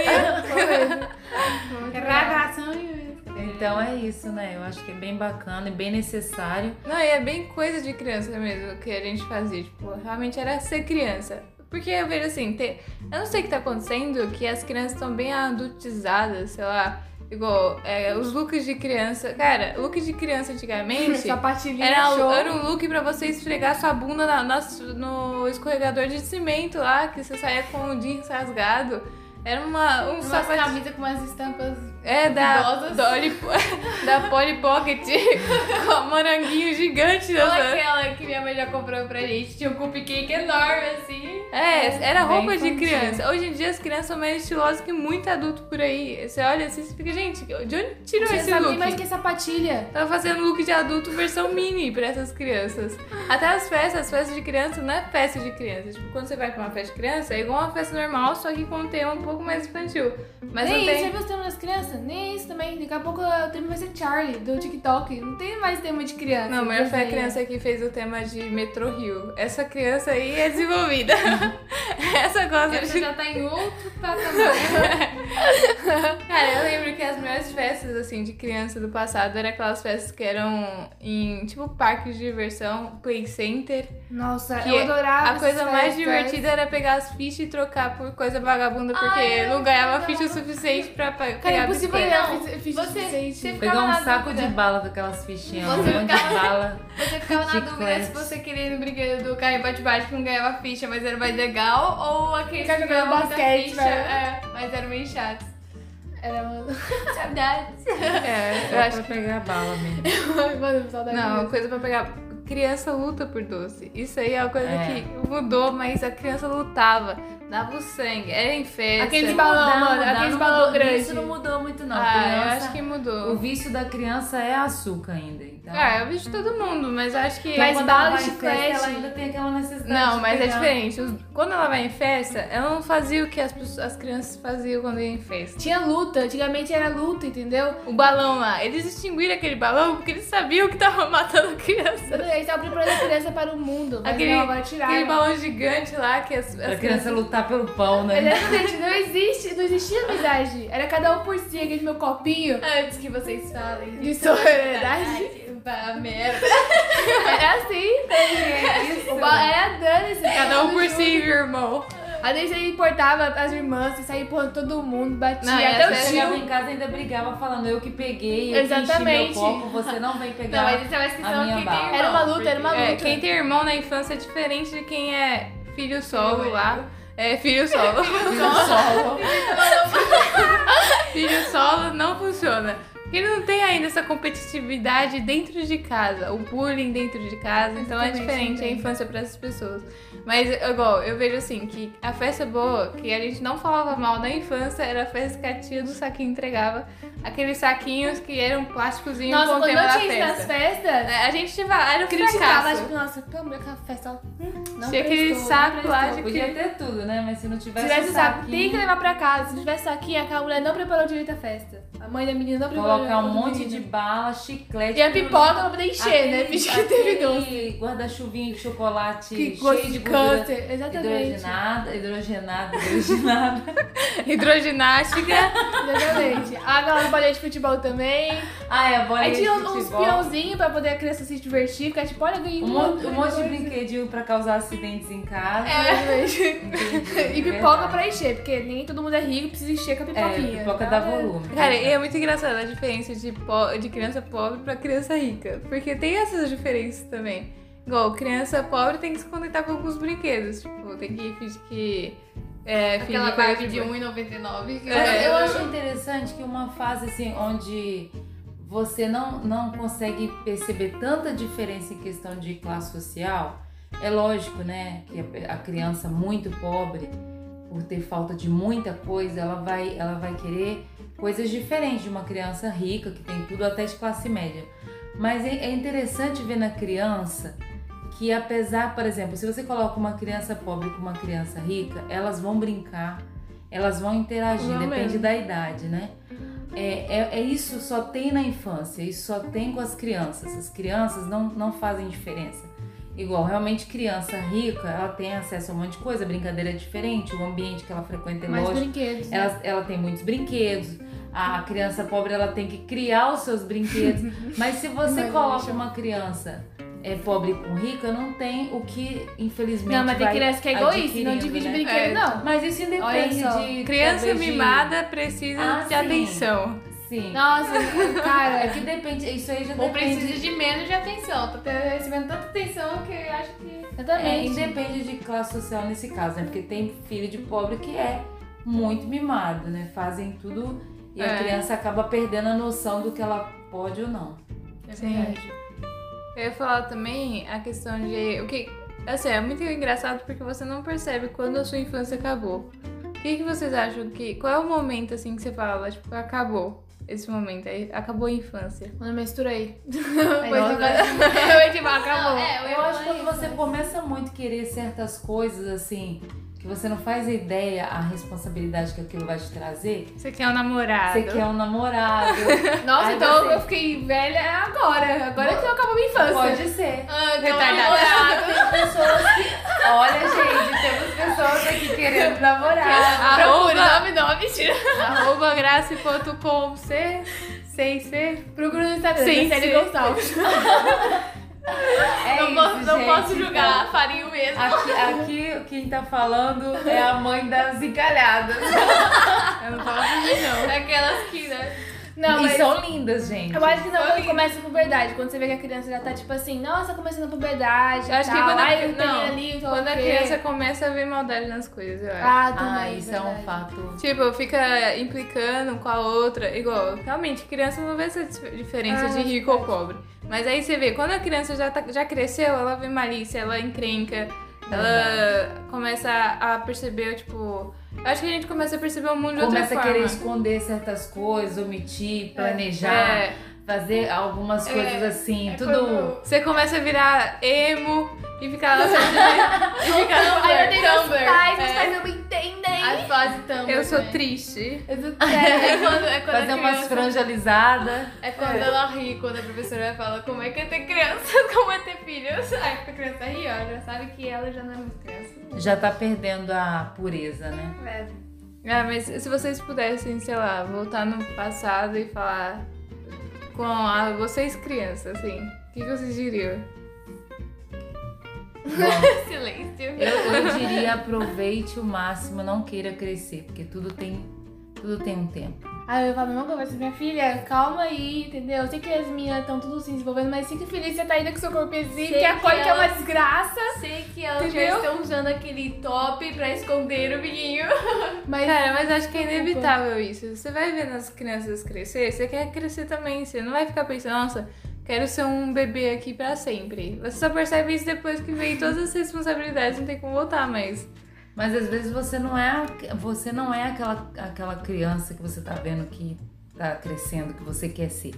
Speaker 4: É
Speaker 3: Gravação e.
Speaker 2: Então é isso, né? Eu acho que é bem bacana e bem necessário.
Speaker 1: Não, e é bem coisa de criança mesmo que a gente fazia. Tipo, realmente era ser criança. Porque eu vejo assim, te- eu não sei o que tá acontecendo, que as crianças estão bem adultizadas, sei lá. Igual, é, os looks de criança. Cara, look de criança antigamente.
Speaker 4: Sapatilhinho,
Speaker 1: Era,
Speaker 4: show.
Speaker 1: era um look pra você esfregar sua bunda na- nas- no escorregador de cimento lá, que você saía com o jeans rasgado. Era uma, um
Speaker 3: Umas
Speaker 1: sapatinho.
Speaker 3: camisas com umas estampas.
Speaker 1: É, da,
Speaker 3: Idosas.
Speaker 1: Dolly, da Polly Pocket com moranguinho gigante.
Speaker 4: é Uhum.
Speaker 3: Ou
Speaker 1: nessa-
Speaker 3: aquela que minha mãe já comprou pra gente. Tinha um cupcake enorme assim.
Speaker 1: É, era
Speaker 2: Bem
Speaker 1: roupa de
Speaker 2: infantil.
Speaker 1: criança. Hoje em dia as crianças são mais estilosas que muito adulto por aí. Você olha assim e fica, gente, de onde tirou
Speaker 4: Você
Speaker 1: esse
Speaker 4: sabe
Speaker 1: look?
Speaker 4: mais que é sapatilha.
Speaker 1: Tava fazendo look de adulto versão mini pra essas crianças. Até as festas, as festas de criança não é festa de criança. Tipo, quando você vai pra uma festa de criança, é igual uma festa normal, só que com um tema um pouco mais infantil. Mas
Speaker 4: Nem
Speaker 1: não
Speaker 4: isso, é
Speaker 1: tem.
Speaker 4: já viu os temas das crianças? Nem isso também. Daqui a pouco o tema vai ser Charlie, do TikTok. Não tem mais tema de criança.
Speaker 1: Não, mas foi a
Speaker 4: desenho.
Speaker 1: criança que fez o tema de Metro Rio. Essa criança aí é desenvolvida. Essa gosta
Speaker 3: Essa
Speaker 1: de
Speaker 3: já tá em outro patamar.
Speaker 1: Cara, eu lembro que as melhores festas, assim, de criança do passado eram aquelas festas que eram em, tipo, parques de diversão, play center.
Speaker 4: Nossa,
Speaker 1: Que
Speaker 4: eu adorava
Speaker 1: a coisa
Speaker 4: essas
Speaker 1: mais
Speaker 4: festas.
Speaker 1: divertida era pegar as fichas e trocar por coisa vagabunda, porque
Speaker 3: Ai, eu
Speaker 1: não ganhava
Speaker 3: adorava.
Speaker 1: ficha o suficiente pra pe- pegar
Speaker 4: Cara, é impossível
Speaker 1: biscoito.
Speaker 4: ganhar
Speaker 3: Não,
Speaker 4: ficha- ficha
Speaker 3: você-
Speaker 4: suficiente.
Speaker 3: você ficava
Speaker 2: Pegar
Speaker 3: na
Speaker 2: um saco
Speaker 3: dúvida.
Speaker 2: de bala com aquelas fichinhas, um
Speaker 3: Você
Speaker 2: monte de bala.
Speaker 3: Você ficava na
Speaker 2: Chiclete.
Speaker 3: dúvida se você queria ir no brinquedo do carrinho bate-bate que não ganhava ficha, mas era mais legal, ou aquele
Speaker 4: Ficar
Speaker 3: que
Speaker 4: jogando
Speaker 3: ganhava muita
Speaker 4: basquete,
Speaker 3: ficha, é,
Speaker 4: né?
Speaker 3: mas eram meio chatos.
Speaker 4: Era uma...
Speaker 3: Saudades.
Speaker 1: É, eu
Speaker 2: Só
Speaker 1: acho
Speaker 2: pra pegar bala mesmo.
Speaker 4: Mano, saudade.
Speaker 1: Não,
Speaker 4: Não.
Speaker 1: uma coisa pra pegar. Criança luta por doce. Isso aí é uma coisa
Speaker 2: É.
Speaker 1: que mudou, mas a criança lutava. Dava o sangue. Era em festa.
Speaker 4: Aquele de balão,
Speaker 2: Mudar,
Speaker 4: mano,
Speaker 2: mudar,
Speaker 4: aqueles
Speaker 2: não
Speaker 4: balão
Speaker 2: mudou-
Speaker 4: grande.
Speaker 2: Isso não mudou muito, não.
Speaker 1: Ah, eu
Speaker 2: Criança-
Speaker 1: acho que
Speaker 2: O
Speaker 1: mudou.
Speaker 2: vício da criança é açúcar ainda, então.
Speaker 1: Ah, eu vejo todo mundo, mas eu acho que.
Speaker 2: Então,
Speaker 4: Mas
Speaker 2: quando
Speaker 4: bala
Speaker 2: ela
Speaker 4: de
Speaker 2: vai em festa,
Speaker 4: chiclete-
Speaker 2: Ela ainda tem aquela necessidade.
Speaker 1: Não,
Speaker 2: de
Speaker 1: mas é
Speaker 2: pegar.
Speaker 1: diferente. Os- Quando ela vai em festa, ela não fazia o que as, pessoas- as crianças faziam quando ia em festa.
Speaker 4: Tinha luta, antigamente era luta, entendeu?
Speaker 1: O balão lá, eles extinguiram aquele balão porque eles sabiam que tava matando a criança.
Speaker 4: Eles estavam preparando a criança para o mundo, mas
Speaker 1: Aquele-
Speaker 4: não, agora tiraram.
Speaker 1: Aquele balão gigante lá que as,
Speaker 2: Pra
Speaker 1: as
Speaker 2: criança lutar pelo pão,
Speaker 4: Mas
Speaker 2: né?
Speaker 4: era, gente, não existe, não existia amizade. Era cada um por si, aquele meu copinho
Speaker 1: Antes que vocês falem
Speaker 4: de solidariedade.
Speaker 1: Vá merda.
Speaker 4: Era assim, tá, gente? O ba- é Era dane-se.
Speaker 1: Cada um
Speaker 4: todo
Speaker 1: por
Speaker 4: junto.
Speaker 1: si, meu irmão.
Speaker 4: A gente se importava as irmãs, se saía empurrando todo mundo, batia.
Speaker 1: Não, e
Speaker 4: até
Speaker 1: às
Speaker 4: o
Speaker 1: vezes
Speaker 4: tio.
Speaker 2: chegava em casa e ainda brigava falando, eu que peguei, eu
Speaker 4: Exatamente.
Speaker 2: que enchi meu copo, você não vem pegar.
Speaker 1: Não, mas isso é uma questão
Speaker 2: a minha
Speaker 1: que tem
Speaker 2: bala.
Speaker 1: irmão.
Speaker 4: Era uma luta, era uma
Speaker 1: É,
Speaker 4: luta.
Speaker 1: quem tem irmão na infância é diferente de quem é filho solo lá. É filho solo.
Speaker 2: Solo.
Speaker 1: filho solo não funciona. Porque ele não tem ainda essa competitividade dentro de casa, o bullying dentro de casa, então é
Speaker 4: Exatamente, né?
Speaker 1: diferente a
Speaker 4: também.
Speaker 1: infância para essas pessoas. Mas igual, eu vejo assim que a festa boa, que a gente não falava mal na infância, era a festa que a tia do saquinho entregava, aqueles saquinhos que eram plásticozinho com
Speaker 4: Nossa,
Speaker 1: o
Speaker 4: quando
Speaker 1: tema
Speaker 4: eu
Speaker 1: da
Speaker 4: tinha isso nas
Speaker 1: festa.
Speaker 4: festas,
Speaker 1: É, A gente tinha era um
Speaker 4: criticava,
Speaker 1: fracasso.
Speaker 4: tipo, nossa, pelo amor daquela festa. ela, hum, Não
Speaker 1: Tinha aquele
Speaker 4: prestou, não
Speaker 1: saco lá
Speaker 4: prestou.
Speaker 1: de
Speaker 2: Podia ter tudo, né? Mas se não
Speaker 4: Se
Speaker 2: tivesse,
Speaker 4: tivesse
Speaker 2: um
Speaker 4: o né? saco,
Speaker 2: saquinho,
Speaker 4: tem que levar pra casa. Se não tivesse saquinho, aquela mulher não preparou direito a festa. A mãe da menina não preparou
Speaker 2: colocar um
Speaker 4: direito a
Speaker 2: monte
Speaker 4: menina.
Speaker 2: de bala, chiclete.
Speaker 4: Uhum. E a pipoca pra poder encher,
Speaker 2: aquele-
Speaker 4: né? Finge que teve doce.
Speaker 2: aquele Guarda-chuvinho de chocolate
Speaker 4: Que
Speaker 2: cheio
Speaker 4: gosto de
Speaker 2: gordura
Speaker 4: câncer, exatamente.
Speaker 2: Hidrogenada, hidrogenada, hidrogenada.
Speaker 1: hidroginástica.
Speaker 4: Exatamente. A galera bolinha de futebol também.
Speaker 2: Ai, a bola
Speaker 4: Aí
Speaker 2: de
Speaker 4: tinha uns
Speaker 2: futebol.
Speaker 4: peãozinhos pra poder a criança se divertir, ficar tipo, olha, eu ganhei
Speaker 2: Um monte, um monte de brinquedinho pra causar acidentes em casa.
Speaker 4: É.
Speaker 2: Entendi,
Speaker 4: E pipoca
Speaker 2: verdade.
Speaker 4: pra encher, porque nem todo mundo é rico, precisa encher com a pipoquinha.
Speaker 2: É, pipoca
Speaker 4: Então,
Speaker 2: dá
Speaker 4: é-
Speaker 2: volume.
Speaker 1: Cara, e é muito engraçada a diferença de, po- de criança pobre pra criança rica. Porque tem essas diferenças também. Igual, criança pobre tem que se conectar com alguns brinquedos. Tipo, tem que fingir que. É, fingir que
Speaker 4: Aquela
Speaker 1: é
Speaker 4: Barbie
Speaker 1: de
Speaker 4: de
Speaker 1: um.
Speaker 4: 1,99. que-
Speaker 2: Eu, eu acho interessante que uma fase assim, onde você não, não consegue perceber tanta diferença em questão de classe social, é lógico, né, que a, a criança muito pobre, por ter falta de muita coisa, ela vai, ela vai querer coisas diferentes de uma criança rica, que tem tudo até de classe média. Mas é, é interessante ver na criança que apesar, por exemplo, se você coloca uma criança pobre com uma criança rica, elas vão brincar, elas vão interagir,
Speaker 1: Vão
Speaker 2: depende
Speaker 1: mesmo.
Speaker 2: da idade, né? É, é, é isso só tem na infância, isso só tem com as crianças. As crianças não, não fazem diferença. Igual, realmente criança rica, ela tem acesso a um monte de coisa, brincadeira é diferente, o ambiente que ela frequenta é
Speaker 4: Mais
Speaker 2: lógico.
Speaker 4: brinquedos. né?
Speaker 2: Ela, ela tem muitos brinquedos. A criança pobre ela tem que criar os seus brinquedos. Mas se você
Speaker 4: Mas
Speaker 2: coloca
Speaker 4: deixa-
Speaker 2: uma criança é, pobre com rica, não tem o que, infelizmente.
Speaker 4: Não, mas tem
Speaker 2: vai
Speaker 4: criança que é egoísta, não
Speaker 2: adquirindo,
Speaker 4: divide
Speaker 2: né?
Speaker 4: brinquedo,
Speaker 1: É.
Speaker 4: não.
Speaker 2: Mas isso
Speaker 4: Olha
Speaker 2: independe
Speaker 4: só.
Speaker 1: um
Speaker 2: de.
Speaker 1: Criança
Speaker 2: talvez de-
Speaker 1: mimada precisa
Speaker 2: Ah,
Speaker 1: de
Speaker 2: sim.
Speaker 1: atenção.
Speaker 2: Sim.
Speaker 4: Nossa, cara,
Speaker 2: É que depende. Isso aí já
Speaker 4: Ou
Speaker 2: depende.
Speaker 4: precisa de menos de atenção. Tô tendo- recebendo tanta atenção que eu acho que.
Speaker 2: É,
Speaker 4: Exatamente.
Speaker 2: independe de classe social nesse caso, né? Porque tem filho de pobre que é muito mimado, né? Fazem tudo e
Speaker 1: É.
Speaker 2: a criança acaba perdendo a noção do que ela pode ou não.
Speaker 1: Eu ia falar também a questão de. O que. Assim, é muito engraçado porque você não percebe quando a sua infância acabou. O que, que vocês acham que. Qual é o momento assim que você fala, tipo, acabou esse momento aí? Acabou a infância.
Speaker 4: Mano, mistura aí.
Speaker 1: Nossa. Eu ia tipo, acabou.
Speaker 4: é,
Speaker 2: Eu acho que quando você começa muito a querer certas coisas assim, que você não faz ideia a responsabilidade que aquilo vai te trazer,
Speaker 1: Você quer um namorado.
Speaker 2: você quer um namorado.
Speaker 4: Nossa,
Speaker 2: Aí
Speaker 4: então
Speaker 2: você-
Speaker 4: eu fiquei velha agora. Agora que eu acabo minha infância.
Speaker 2: Pode ser.
Speaker 4: Ah, então
Speaker 1: Retardada.
Speaker 2: Tem pessoas que. Olha, gente, temos pessoas aqui querendo namorar.
Speaker 4: Procure,
Speaker 1: Arroba,
Speaker 4: 99, mentira.
Speaker 1: arroba grace.com, C, sem C.
Speaker 4: Procura no Instagram,
Speaker 1: Sim,
Speaker 4: Célia
Speaker 1: sim.
Speaker 4: Gonçalves.
Speaker 2: É
Speaker 4: não
Speaker 1: É
Speaker 2: isso,
Speaker 4: posso, não
Speaker 2: gente,
Speaker 4: posso
Speaker 2: então.
Speaker 4: julgar, farinho mesmo.
Speaker 2: Aqui, aqui quem tá falando é a mãe das encalhadas.
Speaker 1: Eu não falo pra mim, não.
Speaker 4: Aquelas que, né?
Speaker 2: e
Speaker 4: Não, mas...
Speaker 2: são lindas, gente.
Speaker 4: Eu acho que não,
Speaker 1: Só
Speaker 4: quando
Speaker 1: lindo.
Speaker 4: começa a puberdade, quando você vê que a criança já tá tipo assim, nossa, começando a puberdade.
Speaker 1: Eu acho
Speaker 4: e
Speaker 1: que
Speaker 4: tal.
Speaker 1: quando a-
Speaker 4: Ai, eu tenho
Speaker 1: não,
Speaker 4: ali, então
Speaker 1: Quando a
Speaker 4: ok.
Speaker 1: criança começa a ver maldade nas coisas, eu acho.
Speaker 4: Ah, também.
Speaker 2: Ah, isso é um
Speaker 4: verdade.
Speaker 2: fato.
Speaker 1: Tipo, fica implicando com a outra. Igual, realmente, criança não vê essa dif- diferença
Speaker 4: Ah,
Speaker 1: de
Speaker 4: verdade.
Speaker 1: rico ou pobre. Mas aí você vê, quando a criança já, tá- já cresceu, ela vê malícia, ela encrenca.
Speaker 5: Ela começa a perceber, tipo. Eu acho que a gente começa a perceber o mundo de outra
Speaker 2: Começa a
Speaker 5: forma.
Speaker 2: querer esconder certas coisas, omitir, planejar,
Speaker 5: É,
Speaker 2: fazer algumas
Speaker 5: É,
Speaker 2: coisas assim, tudo.
Speaker 4: quando-
Speaker 5: você começa a virar emo e ficar lá sozinha. e ficar no
Speaker 4: Aí eu tenho meus
Speaker 5: Tumblr.
Speaker 4: pais, meus
Speaker 5: É.
Speaker 4: pais não me entendem.
Speaker 5: As fases também.
Speaker 4: Eu sou
Speaker 5: triste.
Speaker 4: Eu do-
Speaker 5: É, é quando, é quando
Speaker 2: Fazer
Speaker 5: a
Speaker 2: umas
Speaker 5: criança,
Speaker 2: franjas alisadas.
Speaker 5: É quando ela ri, quando a professora fala como é que é ter criança, como é ter filhos. Aí a criança ri, ó, já sabe que ela já não é mais criança.
Speaker 2: Já tá perdendo a pureza, né?
Speaker 5: Ah, mas se vocês pudessem, sei lá, voltar no passado e falar com a- vocês crianças, assim, o que, que vocês diriam?
Speaker 2: Bom,
Speaker 5: Silêncio.
Speaker 2: eu, eu diria aproveite o máximo, não queira crescer, porque tudo tem, tudo tem um tempo.
Speaker 4: Aí eu falo, não conversa minha filha, calma aí, entendeu? Eu sei que as meninas estão tudo se desenvolvendo, mas fique feliz que você tá ainda com seu corpezinho,
Speaker 5: Sei
Speaker 4: que a
Speaker 5: que
Speaker 4: cor que é uma
Speaker 5: elas-
Speaker 4: desgraça.
Speaker 5: Sei que elas
Speaker 4: Entendeu?
Speaker 5: já estão usando aquele top pra esconder o biguinho.
Speaker 4: Mas
Speaker 5: Cara, mas acho que é inevitável isso. Você vai vendo as crianças crescer, você quer crescer também. Você não vai ficar pensando, nossa, quero ser um bebê aqui pra sempre. Você só percebe isso depois que vem todas as responsabilidades, não tem como voltar mais.
Speaker 2: Mas às vezes você não é, a- você não é aquela, aquela criança que você tá vendo que tá crescendo, que você quer ser.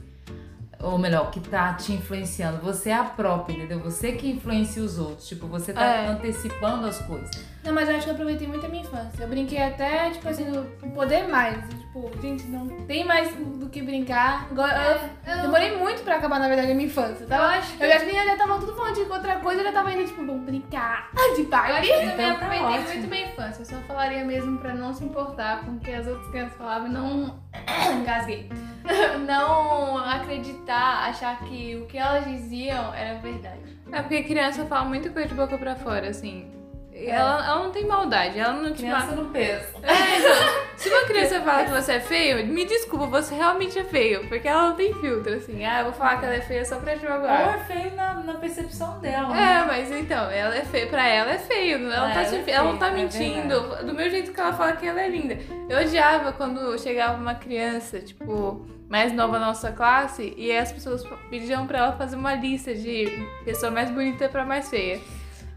Speaker 2: Ou melhor, que tá te influenciando. Você é a própria, entendeu? Você que influencia os outros. Tipo, você tá
Speaker 5: É. Tipo,
Speaker 2: antecipando as coisas.
Speaker 4: Não, mas eu acho que eu aproveitei muito a minha infância. Eu brinquei até, tipo assim, no poder mais. Tipo, gente, não tem mais do que brincar. Agora, eu,
Speaker 5: É, eu-
Speaker 4: demorei muito pra acabar, na verdade, a minha infância.
Speaker 5: Eu
Speaker 4: Tava,
Speaker 5: acho que
Speaker 4: eu e as meninas já estavam tudo falando de outra coisa, eu já tava indo, tipo, vamos brincar de
Speaker 5: Eu
Speaker 4: pai.
Speaker 5: acho que eu
Speaker 2: Então
Speaker 5: também
Speaker 2: tá
Speaker 5: aproveitei
Speaker 2: ótimo.
Speaker 5: muito minha infância. Eu só falaria mesmo pra não se importar com o que as outras crianças falavam e não. Engasguei. não acreditar, achar que o que elas diziam era verdade.
Speaker 1: É porque criança fala muita coisa de boca pra fora, assim. E Ela, ela não tem maldade, ela não te mata. É, então,
Speaker 2: Criança não pensa.
Speaker 1: Se uma criança fala que você é feio, me desculpa, você realmente é feio. Porque ela não tem filtro, assim. Ah, eu vou falar que ela é feia só pra
Speaker 2: Ou
Speaker 1: jogar.
Speaker 2: é feio na, na percepção dela. né?
Speaker 1: É, mas então, ela é feia, pra ela é feio. Ela,
Speaker 2: Pra
Speaker 1: tá,
Speaker 2: ela
Speaker 1: se-
Speaker 2: é feio,
Speaker 1: ela não tá
Speaker 2: é
Speaker 1: mentindo. do meu jeito que ela fala que ela é linda. Eu odiava quando chegava uma criança, tipo, mais nova na nossa classe, e as pessoas pediam pra ela fazer uma lista de pessoa mais bonita pra mais feia.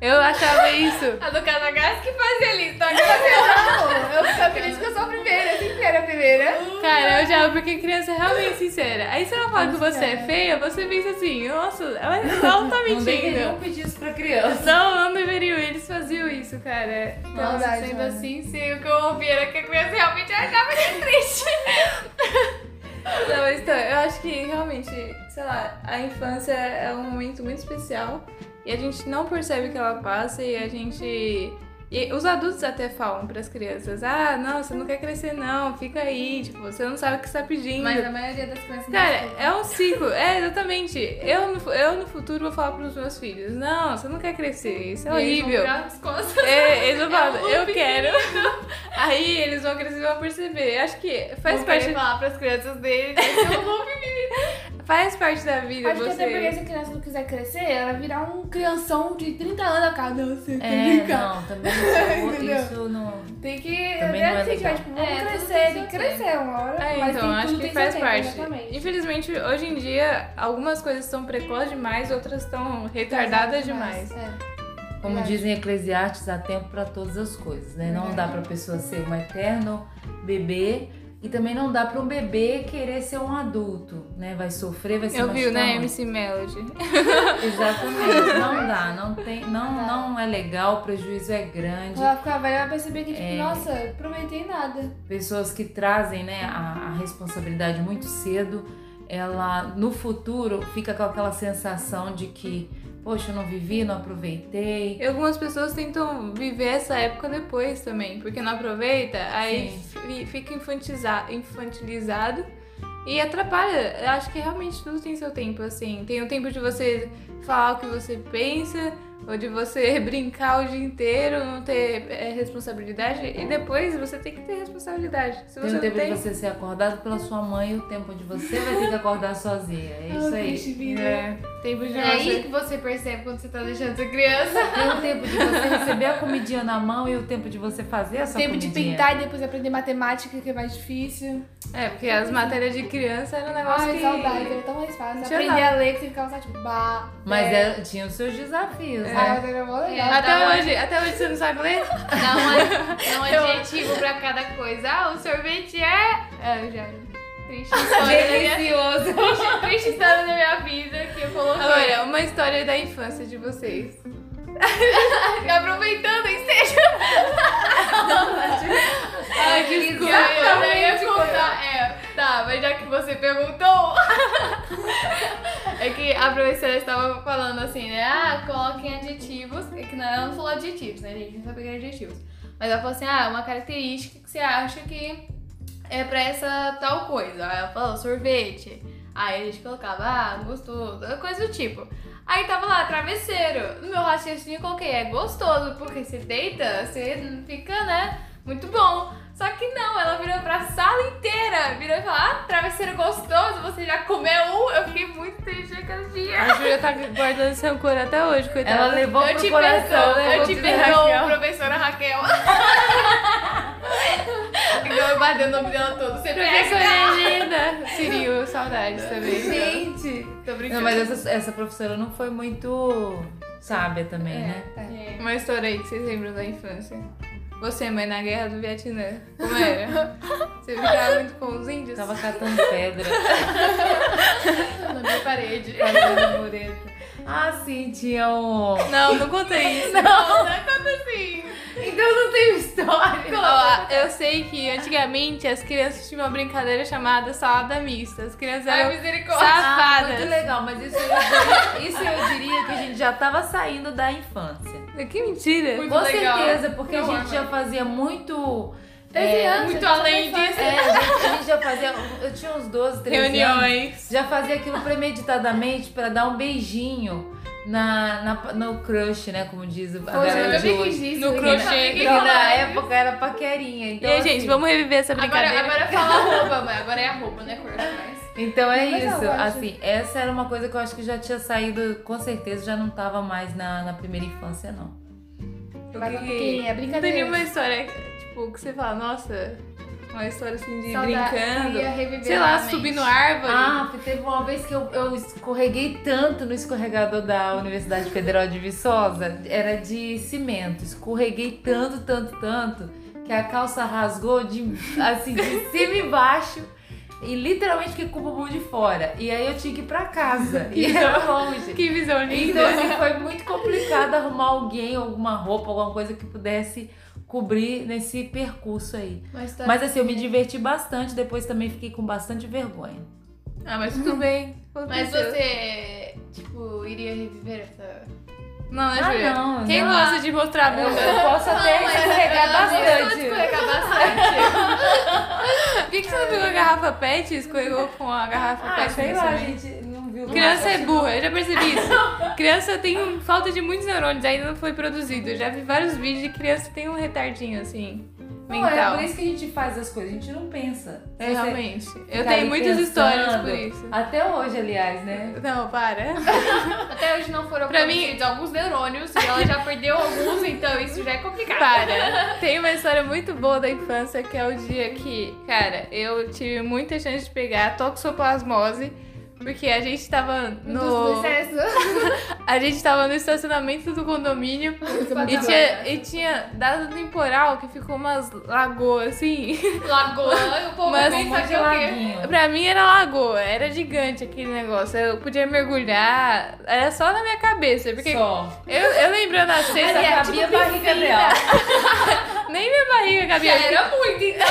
Speaker 1: Eu achava isso.
Speaker 5: A do Casagas que fazia lista.
Speaker 2: tá
Speaker 4: Eu fico feliz que eu sou a primeira, sincera, a primeira.
Speaker 1: Cara, eu já, porque criança é realmente sincera. Aí se ela fala que você é feia, você pensa assim, nossa, ela, ela não tá
Speaker 2: Não deveriam
Speaker 1: mentindo.
Speaker 2: pedir isso pra criança.
Speaker 1: Não, não deveriam, eles faziam isso, cara.
Speaker 5: Nossa,
Speaker 4: Verdade,
Speaker 5: sendo
Speaker 4: mano.
Speaker 5: assim, se o que eu ouvi era que a criança realmente achava que era triste.
Speaker 1: Não, mas então, eu acho que realmente, sei lá, a infância é um momento muito especial e a gente não percebe que ela passa e a gente. E os adultos até falam pras crianças: ah, não, você não quer crescer, não, fica aí, tipo, você não sabe o que você tá pedindo.
Speaker 5: Mas a maioria das crianças não
Speaker 1: Cara,
Speaker 5: escuta.
Speaker 1: é um ciclo, é exatamente. Eu no, fu- eu no futuro vou falar pros meus filhos: não, você não quer crescer, isso
Speaker 5: E eles
Speaker 1: é
Speaker 5: vão
Speaker 1: horrível.
Speaker 5: virar psicólogos.
Speaker 1: É, eles vão falar,
Speaker 5: um
Speaker 1: eu quero. Aí eles vão crescer e vão perceber. Acho que faz
Speaker 5: Vão querer
Speaker 1: parte,
Speaker 5: falar pras crianças dele. "Esse é um loop
Speaker 1: faz parte da vida
Speaker 4: Acho que até porque
Speaker 1: você.
Speaker 4: se a criança não quiser crescer, ela virar um crianção de 30 anos a cada. Não, você quer
Speaker 2: É,
Speaker 4: brincar.
Speaker 2: não, também isso,
Speaker 4: Entendeu?
Speaker 2: isso não.
Speaker 4: Tem que.
Speaker 2: Também
Speaker 4: né,
Speaker 2: não é
Speaker 4: tem que,
Speaker 2: legal.
Speaker 4: tipo, vamos
Speaker 5: É, tudo
Speaker 4: crescer,
Speaker 5: tem
Speaker 4: tem que
Speaker 5: seu
Speaker 4: crescer uma hora.
Speaker 1: É,
Speaker 4: mas
Speaker 1: então,
Speaker 4: tem,
Speaker 1: acho
Speaker 4: tudo
Speaker 1: que
Speaker 4: tem
Speaker 1: faz
Speaker 4: seu tempo,
Speaker 1: parte.
Speaker 4: Exatamente.
Speaker 1: Infelizmente, hoje em dia, algumas coisas estão precoces demais, outras estão retardadas demais.
Speaker 4: É.
Speaker 2: Como
Speaker 4: Verdade.
Speaker 2: dizem em Eclesiastes, há tempo pra todas as coisas, né? Não dá pra pessoa ser um eterno bebê e também não dá pra um bebê querer ser um adulto, né? Vai sofrer, vai ser
Speaker 1: Eu vi, né, MC Melody?
Speaker 2: Exatamente, não dá, não tem, não, não é legal, o prejuízo é grande.
Speaker 4: Quando ela ficar velha, ela vai perceber que, tipo, nossa, aproveitei nada.
Speaker 2: pessoas que trazem né, a, a responsabilidade muito cedo, ela no futuro fica com aquela sensação de que, poxa, eu não vivi, não aproveitei.
Speaker 1: E algumas pessoas tentam viver essa época depois também, porque não aproveita, aí fi- fica infantiza- infantilizado e atrapalha. Eu acho que realmente tudo tem seu tempo, assim. Tem o tempo de você falar o que você pensa, ou de você brincar o dia inteiro, não ter eh, responsabilidade, e depois você tem que ter responsabilidade. Se
Speaker 2: Tem
Speaker 1: você
Speaker 2: o
Speaker 1: não
Speaker 2: tempo
Speaker 1: tem.
Speaker 2: de você ser acordado pela sua mãe e o tempo de você vai ter que acordar sozinha.
Speaker 1: Ah,
Speaker 2: É
Speaker 4: Ah,
Speaker 2: isso aí.
Speaker 1: É, tempo de
Speaker 5: É aí
Speaker 1: você.
Speaker 5: que você percebe quando você tá deixando ser criança.
Speaker 2: Tem o tempo de você receber a comidinha na mão e o tempo de você fazer a sua
Speaker 4: Tempo de
Speaker 2: comidinha.
Speaker 4: pintar e depois aprender matemática, que é mais difícil.
Speaker 1: É, porque as matérias de criança era um negócio
Speaker 4: Ai,
Speaker 1: que.
Speaker 4: saudade, era tão mais fácil.
Speaker 1: Não tinha
Speaker 4: Aprender a ler que você ficava só, tipo, bah.
Speaker 2: Mas é, tinha é, os seus desafios,
Speaker 4: Ah, mas era mó legal.
Speaker 5: tá
Speaker 1: É,
Speaker 6: Até
Speaker 1: dá uma-
Speaker 6: hoje, até hoje você não sabe ler?
Speaker 1: Dá um, ad- dá um adjetivo pra cada coisa. Ah, o sorvete é. Ah, eu já. Triste história, da minha...
Speaker 2: Delicioso.
Speaker 1: triste, triste história da minha vida que eu coloquei.
Speaker 6: Agora, uma história da infância de vocês.
Speaker 1: Aproveitando, hein, seja. É,
Speaker 6: Ai, que escuro.
Speaker 1: Não, eu ia contar. É, tá, mas já que você perguntou. é que a professora estava falando assim, né? Ah, coloquem adjetivos. É que não, ela não falou adjetivos, né, gente? Não sabia que era adjetivos. Mas ela falou assim: ah, uma característica que você acha que é pra essa tal coisa. Aí ela falou sorvete. Aí a gente colocava, ah, gostoso, coisa do tipo. Aí tava lá, travesseiro. No meu raciocínio eu coloquei, é gostoso, porque você deita, você fica, né? Muito bom. Só que não, ela virou pra sala inteira, virou e falou, ah, travesseiro gostoso, você já comeu um? Eu fiquei muito triste naquele dia.
Speaker 6: A Júlia tá guardando esse rancor até hoje, coitada.
Speaker 2: Ela levou
Speaker 1: Eu
Speaker 2: pro
Speaker 1: te
Speaker 2: coração,
Speaker 1: perdoo,
Speaker 6: né?
Speaker 1: eu
Speaker 2: levou
Speaker 1: te
Speaker 2: pro
Speaker 1: perdoo,
Speaker 2: coração.
Speaker 1: professora Raquel. Igual eu guardei o nome dela todo, sempre
Speaker 6: É
Speaker 1: é
Speaker 6: coisa linda. Ciril, saudades também.
Speaker 2: Gente.
Speaker 1: Tô brincando.
Speaker 2: Não, mas essa, essa professora não foi muito sábia também, né?
Speaker 1: É.
Speaker 4: Tá.
Speaker 6: Uma história aí que vocês lembram da infância. Você, mãe, na guerra do Vietnã. Como era? Você ficava muito com os índios?
Speaker 2: Tava catando pedra.
Speaker 1: Na minha parede.
Speaker 2: catando mureta. Ah, sim, tinha um...
Speaker 6: Não, não conta isso.
Speaker 1: Não, não conta assim.
Speaker 2: Então não tem história.
Speaker 6: Ó, eu sei que antigamente as crianças tinham uma brincadeira chamada
Speaker 4: Tá
Speaker 6: salada mista. As crianças
Speaker 1: Ai,
Speaker 6: eram
Speaker 1: misericórdia.
Speaker 2: Ah,
Speaker 6: safadas.
Speaker 2: muito legal, mas isso eu, diria, isso eu diria que a gente já tava saindo da infância.
Speaker 6: Que mentira.
Speaker 1: Muito
Speaker 2: Com
Speaker 1: legal.
Speaker 2: certeza, porque a
Speaker 1: Eu
Speaker 2: gente
Speaker 1: amo.
Speaker 2: já fazia muito.
Speaker 4: Treze
Speaker 2: é,
Speaker 4: anos,
Speaker 1: muito
Speaker 4: a gente
Speaker 1: além
Speaker 4: vai
Speaker 1: disso.
Speaker 2: é, a, gente, a gente já fazia. Eu tinha uns 12, 13 anos.
Speaker 6: Reuniões.
Speaker 2: Já fazia aquilo premeditadamente pra dar um beijinho na, na- no crush, né? Como diz a galera de hoje.
Speaker 6: No
Speaker 1: é
Speaker 6: crochê.
Speaker 2: Que É na época era paquerinha.
Speaker 6: E
Speaker 2: Então,
Speaker 6: aí,
Speaker 2: assim,
Speaker 6: gente, vamos reviver essa
Speaker 1: Agora,
Speaker 6: brincadeira.
Speaker 1: agora fala a roupa, mãe. Agora é a roupa, né, crush? Mas...
Speaker 2: Então é
Speaker 4: Mas eu
Speaker 2: isso.
Speaker 4: acho-
Speaker 2: Assim, essa era uma coisa que eu acho que já tinha saído, com certeza, já não tava mais na, na primeira infância, não.
Speaker 4: Vai
Speaker 6: Porque-
Speaker 4: porque é
Speaker 6: Não tem
Speaker 4: brincadeira.
Speaker 6: nenhuma história, tipo, que você fala, nossa, uma história assim de
Speaker 1: Saudade,
Speaker 6: brincando.
Speaker 1: queria reviver
Speaker 6: Sei lá,
Speaker 1: novamente.
Speaker 6: subir no árvore.
Speaker 2: Ah, teve uma vez que eu, eu escorreguei tanto no escorregador da Universidade Federal de Viçosa. Era de cimento. Escorreguei tanto, tanto, tanto, que a calça rasgou de, assim, de cima e baixo. E literalmente fiquei com o bumbum de fora. E aí eu tinha que ir pra casa. E era longe.
Speaker 6: Que visão linda.
Speaker 2: Então, assim, foi muito complicado arrumar alguém, alguma roupa, alguma coisa que pudesse cobrir nesse percurso aí.
Speaker 1: Mas tá...
Speaker 2: Mas assim, eu me diverti bastante, depois também fiquei com bastante vergonha.
Speaker 6: Ah, mas
Speaker 2: Uhum.
Speaker 6: tudo bem.
Speaker 1: Mas
Speaker 6: aconteceu.
Speaker 1: você, tipo, iria reviver essa...
Speaker 6: Não, né,
Speaker 2: Ah,
Speaker 6: Julia?
Speaker 2: não,
Speaker 6: Quem
Speaker 2: não.
Speaker 6: gosta de mostrar a bunda?
Speaker 2: Eu posso até escorregar bastante.
Speaker 1: Escorregar bastante.
Speaker 6: Por que, que você não pegou a garrafa pet e escorregou com a garrafa
Speaker 2: Ah,
Speaker 6: pet?
Speaker 2: sei
Speaker 6: no
Speaker 2: lá, a
Speaker 6: cimento?
Speaker 2: gente não viu.
Speaker 6: Criança é burra, eu já percebi isso. criança tem um- falta de muitos neurônios, ainda não foi produzido. Eu já vi vários vídeos de criança que tem um retardinho assim,
Speaker 2: Não, é
Speaker 6: mental.
Speaker 2: por isso que a gente faz as coisas, a gente não pensa.
Speaker 6: É,
Speaker 2: Você
Speaker 6: realmente. Eu
Speaker 2: fica
Speaker 6: tenho
Speaker 2: aí
Speaker 6: muitas histórias
Speaker 2: pensando.
Speaker 6: por isso.
Speaker 2: Até hoje, aliás, né?
Speaker 6: Não, para.
Speaker 1: Até hoje não foram
Speaker 6: Pra mim-
Speaker 1: produzidos alguns neurônios e ela já perdeu alguns, então isso já é complicado.
Speaker 6: Para. Tem uma história muito boa da infância que é o dia que, cara, eu tive muita chance de pegar toxoplasmose. Porque a gente tava
Speaker 1: Dos
Speaker 4: é.
Speaker 6: no.
Speaker 1: processos.
Speaker 6: A gente tava no estacionamento do condomínio e tinha, e tinha dado temporal que ficou umas lagoas assim.
Speaker 1: Lagoa, e o povo
Speaker 6: Mas-
Speaker 1: pensa que é o quê?
Speaker 2: um Laguinho.
Speaker 6: Pra mim era lagoa, era gigante aquele negócio. Eu podia mergulhar, era só na minha cabeça. Porque é
Speaker 2: Só.
Speaker 6: eu, eu lembrando a
Speaker 2: Só
Speaker 6: cena,
Speaker 2: cabia a barriga dela.
Speaker 6: né? nem minha barriga cabia.
Speaker 1: Já era muito, então.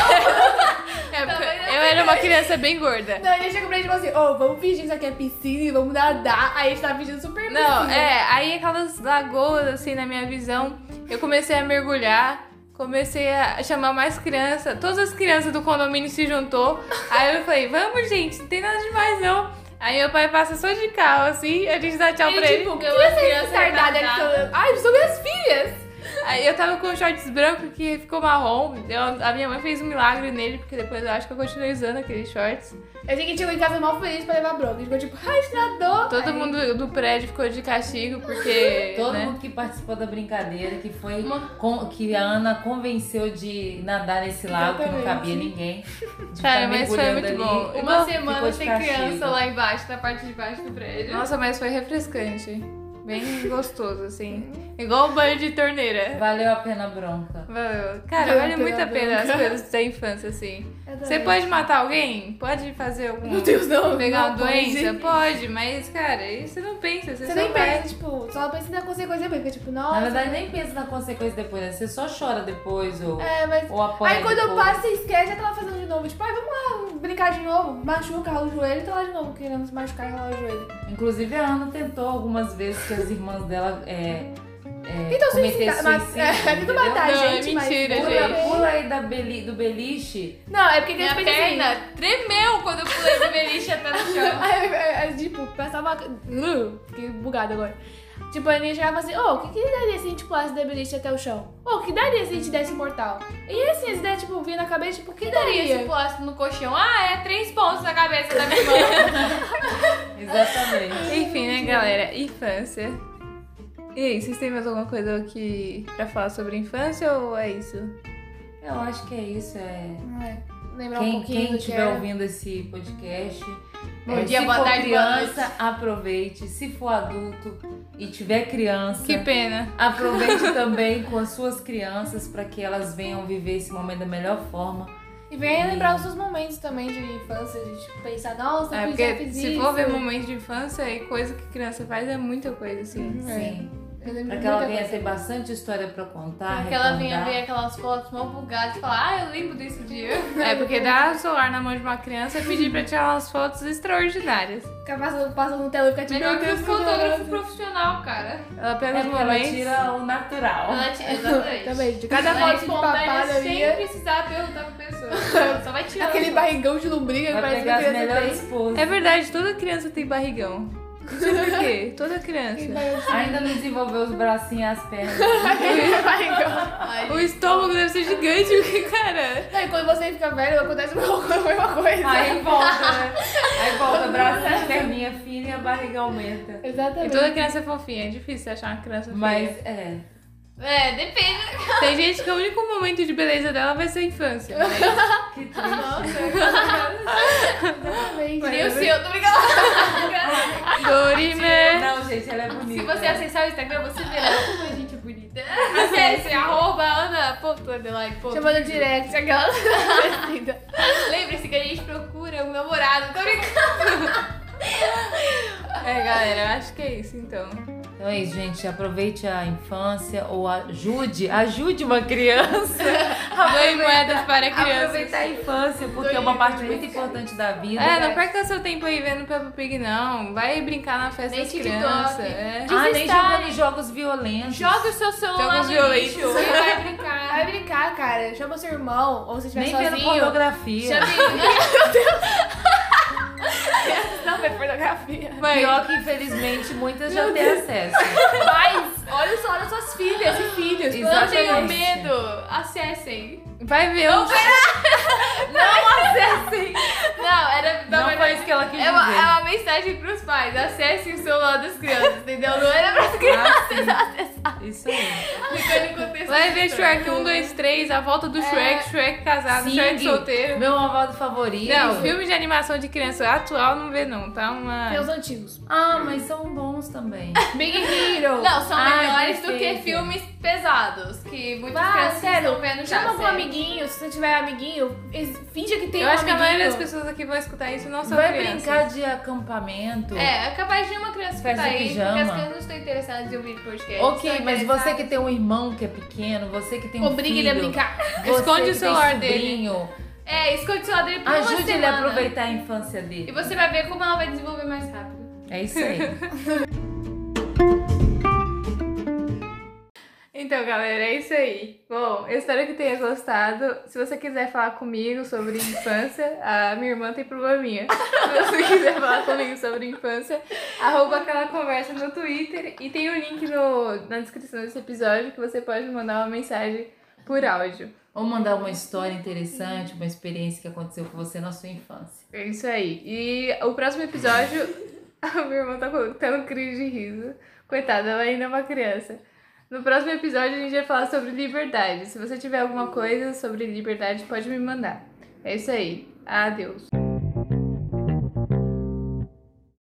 Speaker 6: É, porque
Speaker 1: Também não
Speaker 6: eu era uma criança bem gorda.
Speaker 4: Não, ele chegou pra gente e falou assim, ô, vamos fingir que isso aqui é piscina e vamos nadar. Aí a gente tava fingindo super piscina.
Speaker 6: Não, é, aí aquelas lagoas, assim, na minha visão, eu comecei a mergulhar, comecei a chamar mais criança, todas as crianças do condomínio se juntou, aí eu falei, vamos gente, não tem nada demais não. Aí meu pai passa só de carro, assim, a gente dá tchau
Speaker 1: Ele,
Speaker 6: pra ele.
Speaker 1: tipo, que
Speaker 4: Por
Speaker 1: uma
Speaker 4: que vocês
Speaker 1: criança
Speaker 4: tardada
Speaker 1: retardada.
Speaker 4: Ai, são minhas filhas!
Speaker 6: Aí eu tava com shorts branco que ficou marrom, eu- a minha mãe fez um milagre nele, porque depois eu acho que eu continuei usando aqueles shorts.
Speaker 4: A gente chegou em casa mal feliz pra levar bronca. A gente ficou tipo, ai, a gente nadou.
Speaker 6: Todo mundo do prédio ficou de castigo, porque,
Speaker 2: Todo
Speaker 6: né?
Speaker 2: mundo que participou da brincadeira, que foi
Speaker 1: Uma-
Speaker 2: com- que a Ana convenceu de nadar nesse lago que não cabia ninguém. De
Speaker 6: Cara,
Speaker 2: ficar
Speaker 6: mas foi
Speaker 2: mergulhando
Speaker 6: muito
Speaker 2: ali.
Speaker 6: bom.
Speaker 1: Uma
Speaker 6: Igual
Speaker 1: semana
Speaker 2: ficou de
Speaker 1: sem
Speaker 2: castigo.
Speaker 1: criança lá embaixo, na parte de baixo do prédio.
Speaker 6: Nossa, mas foi refrescante. Bem gostoso, assim. Igual o banho de torneira.
Speaker 2: Valeu a pena a bronca.
Speaker 6: Valeu. Cara, vale muito a pena as coisas da infância, assim. Você pode matar alguém? Pode fazer algum.
Speaker 4: Meu Deus, não.
Speaker 6: Pegar uma
Speaker 4: não
Speaker 6: doença? Pode, mas, cara, aí você não pensa, você,
Speaker 4: Você
Speaker 6: só
Speaker 4: nem
Speaker 6: vai.
Speaker 4: pensa, tipo, só pensa na consequência bem, porque, tipo,
Speaker 2: Na
Speaker 4: nossa.
Speaker 2: verdade, nem pensa na consequência depois, né? Você só chora depois ou,
Speaker 4: É, mas.
Speaker 2: ou apoia
Speaker 4: Aí quando eu
Speaker 2: depois.
Speaker 4: passo, você esquece, já tá lá fazendo de novo. Tipo, ai, vamos lá brincar de novo. Machuca o joelho, tá lá de novo, querendo se machucar e rolar o joelho.
Speaker 2: Inclusive, a Ana tentou algumas vezes que as irmãs dela é, é,
Speaker 4: Então,
Speaker 2: cometer
Speaker 4: suicida- mas-
Speaker 2: suicídio,
Speaker 4: é, tentou
Speaker 2: entendeu?
Speaker 4: matar a
Speaker 6: Não, é
Speaker 4: gente, mas-
Speaker 6: mentira,
Speaker 4: Pula,
Speaker 6: gente.
Speaker 4: pula.
Speaker 2: Pula aí da beli- do beliche.
Speaker 4: Não, é porque que
Speaker 6: Minha
Speaker 4: eles pensam assim,
Speaker 6: perna tremeu quando eu pulei do beliche até no chão.
Speaker 4: Aí, aí, aí, tipo, passava. Uh, fiquei bugada agora. Tipo, a Aninha chegava assim: Ô, o que, que daria se a gente pulasse da beliche até o chão? Ô, o que daria se a gente desse um portal? E assim, as ideias, tipo, vinha na cabeça, tipo, o que
Speaker 6: E se
Speaker 4: daria?
Speaker 6: pulasse no colchão? Ah, é três pontos na cabeça da minha irmã.
Speaker 2: Exatamente.
Speaker 6: Enfim, né, galera? Infância. E aí, vocês têm mais alguma coisa aqui pra falar sobre infância ou é isso?
Speaker 2: Eu acho que é isso. É...
Speaker 4: Ai, Lembrar um
Speaker 2: Quem,
Speaker 4: pouquinho
Speaker 2: quem
Speaker 4: do que
Speaker 2: estiver
Speaker 4: era.
Speaker 2: ouvindo esse podcast,
Speaker 6: Bom
Speaker 2: é,
Speaker 6: dia,
Speaker 2: se
Speaker 6: boa
Speaker 2: for
Speaker 6: tarde, boa noite.
Speaker 2: criança, aproveite. Se for adulto e tiver criança,
Speaker 6: Que pena.
Speaker 2: aproveite também com as suas crianças para que elas venham viver esse momento da melhor forma.
Speaker 4: E venha lembrar os seus momentos também de infância, de tipo, pensar, nossa,
Speaker 6: É
Speaker 4: eu já
Speaker 6: porque
Speaker 4: fiz
Speaker 6: se
Speaker 4: isso.
Speaker 6: for ver momentos de infância e coisa que criança faz, é muita coisa, assim.
Speaker 2: Sim.
Speaker 4: Eu lembro
Speaker 2: Para
Speaker 4: de
Speaker 2: que ela
Speaker 4: muita
Speaker 2: venha
Speaker 4: coisa.
Speaker 2: ter bastante história para contar.
Speaker 3: Porque ela vinha
Speaker 2: recordar.
Speaker 3: ver aquelas fotos mó bugadas
Speaker 4: tipo,
Speaker 3: e falar, ah, eu lembro desse dia.
Speaker 6: É porque dar o celular na mão de uma criança é pedir pra tirar umas fotos extraordinárias.
Speaker 4: Ficar passando, passando no tela e ficar tipo,
Speaker 3: Melhor
Speaker 4: meu
Speaker 3: que o
Speaker 4: Deus, meu
Speaker 3: fotógrafo
Speaker 4: Deus.
Speaker 3: profissional, cara.
Speaker 6: Ela pega
Speaker 2: É
Speaker 6: os
Speaker 2: porque ela
Speaker 6: momentos.
Speaker 2: tira o natural.
Speaker 3: Ela tinha, exatamente.
Speaker 4: Também, de
Speaker 6: Cada
Speaker 4: cada
Speaker 3: Ela é
Speaker 4: foto de
Speaker 3: espontânea
Speaker 4: papada
Speaker 3: sem
Speaker 4: minha.
Speaker 3: precisar perguntar pra pessoa. Ela Só vai tirar.
Speaker 4: Aquele barrigão de lombriga que
Speaker 2: Vai
Speaker 4: parece que
Speaker 2: pegar
Speaker 4: a
Speaker 2: as
Speaker 4: criança tem.
Speaker 2: melhores poses.
Speaker 6: É verdade, toda criança tem barrigão. Não sei por quê. Toda criança.
Speaker 2: Ainda não desenvolveu os bracinhos e as pernas.
Speaker 6: O estômago deve ser gigante, porque, cara.
Speaker 4: Não, e quando você fica velho, acontece a mesma coisa.
Speaker 2: Aí volta, né? Aí volta, braço e as perninhas finas e a barriga aumenta.
Speaker 6: E
Speaker 4: Exatamente.
Speaker 6: toda criança é fofinha, é difícil achar uma criança
Speaker 2: Mas,
Speaker 6: feia.
Speaker 2: é.
Speaker 3: É, depende.
Speaker 6: Tem gente que o único momento de beleza dela vai ser a infância. Mas,
Speaker 2: Que triste.
Speaker 4: Exatamente.
Speaker 6: Mas-
Speaker 3: Nem o seu, tô brincando.
Speaker 6: Dorime!
Speaker 2: Não, gente, ela é bonita.
Speaker 3: Se você acessar o Instagram, você verá como a gente é bonita. Acesse, arroba Ana, ponto, underline, ponto.
Speaker 4: Chamando no direct, aquela.
Speaker 3: Lembre-se que a gente procura um namorado. Tô brincando.
Speaker 6: É, galera, eu acho que é isso então.
Speaker 2: Então é isso, gente. Aproveite a infância ou ajude, ajude uma criança
Speaker 6: Doe moedas para
Speaker 2: a aproveitar
Speaker 6: crianças.
Speaker 2: a infância, porque é uma parte muito importante da vida. né?
Speaker 6: É, não perca seu tempo aí vendo Peppa Pig, não. Vai brincar na festa
Speaker 3: Nem
Speaker 6: das
Speaker 3: TikTok.
Speaker 6: crianças. É.
Speaker 2: Ah, nem
Speaker 3: Desinstalem.
Speaker 2: jogando jogos violentos.
Speaker 3: Joga o seu celular
Speaker 6: Jogos
Speaker 3: no
Speaker 6: violentos.
Speaker 3: lixo e vai brincar.
Speaker 4: Vai brincar, cara. Chama seu irmão, ou se estiver
Speaker 2: Nem vendo
Speaker 4: sozinho.
Speaker 2: pornografia.
Speaker 4: Não, vê pornografia.
Speaker 6: Vai.
Speaker 2: Pior que, infelizmente, muitas já têm acesso.
Speaker 3: Pais, olha só, olha suas filhas e filhos. Não
Speaker 2: Exatamente.
Speaker 3: tenham medo. Acessem.
Speaker 6: Vai ver um.
Speaker 3: Não, era.
Speaker 2: Não,
Speaker 3: era-
Speaker 2: foi isso que ela quis
Speaker 3: é uma,
Speaker 2: dizer.
Speaker 3: é uma mensagem pros pais. Acessem o celular das crianças, entendeu? Não era pra
Speaker 2: Ah, sim. Isso aí.
Speaker 3: ficar em contexto.
Speaker 6: Vai ver Shrek 1, 2, 3, a volta
Speaker 3: É.
Speaker 6: do Shrek, Shrek casado,
Speaker 2: Sim,
Speaker 6: Shrek solteiro.
Speaker 2: Meu avado favorito.
Speaker 6: Não, filme de animação de criança atual não vê não, tá?
Speaker 4: Tem
Speaker 6: Uma.
Speaker 4: os antigos.
Speaker 2: Ah, mas são bons também.
Speaker 4: Big Hero.
Speaker 3: Não, são
Speaker 2: Ai,
Speaker 3: melhores do que
Speaker 2: perfeito.
Speaker 3: filmes pesados, que muitas
Speaker 4: Vai,
Speaker 3: crianças
Speaker 4: sério,
Speaker 3: estão vendo já.
Speaker 4: Chama algum
Speaker 3: sério.
Speaker 4: amiguinho, se você tiver amiguinho, es- finge que tem
Speaker 6: Eu
Speaker 4: um
Speaker 6: acho que a maioria das
Speaker 4: amiguinho.
Speaker 6: pessoas aqui vão escutar isso não são
Speaker 2: Vai
Speaker 6: crianças.
Speaker 2: brincar de acampamento.
Speaker 3: É, é capaz de uma criança
Speaker 2: Festa
Speaker 3: ficar
Speaker 2: de
Speaker 3: aí,
Speaker 2: pijama.
Speaker 3: porque as crianças não estão interessadas em ouvir podcast. estão
Speaker 2: Ok, mas
Speaker 3: interessadas-
Speaker 2: você que tem um irmão que é pequeno, você que tem um
Speaker 4: Obrigue ele
Speaker 2: filho,
Speaker 4: a brincar.
Speaker 2: você
Speaker 6: Esconde
Speaker 2: que
Speaker 6: o celular
Speaker 2: tem sobrinho,
Speaker 3: É, esconde o celular dele por uma
Speaker 2: ajude ele a
Speaker 3: semana.
Speaker 2: aproveitar a infância
Speaker 3: E
Speaker 2: dele.
Speaker 3: você vai ver como ela vai desenvolver mais rápido.
Speaker 2: É isso aí.
Speaker 6: Então, galera, é isso aí. Bom, eu espero que tenha gostado. Se você quiser falar comigo sobre infância, a minha irmã tem probleminha. Se você quiser falar comigo sobre infância, arroba aquela conversa no Twitter e tem o link no, na descrição desse episódio que você pode mandar uma mensagem por áudio.
Speaker 2: Ou mandar uma história interessante, uma experiência que aconteceu com você na sua infância.
Speaker 6: É isso aí. E o próximo episódio, a minha irmã tá colocando crise de riso. Coitada, ela ainda é uma criança. No próximo episódio a gente vai falar sobre liberdade. Se você tiver alguma coisa sobre liberdade, pode me mandar. É isso aí. Adeus.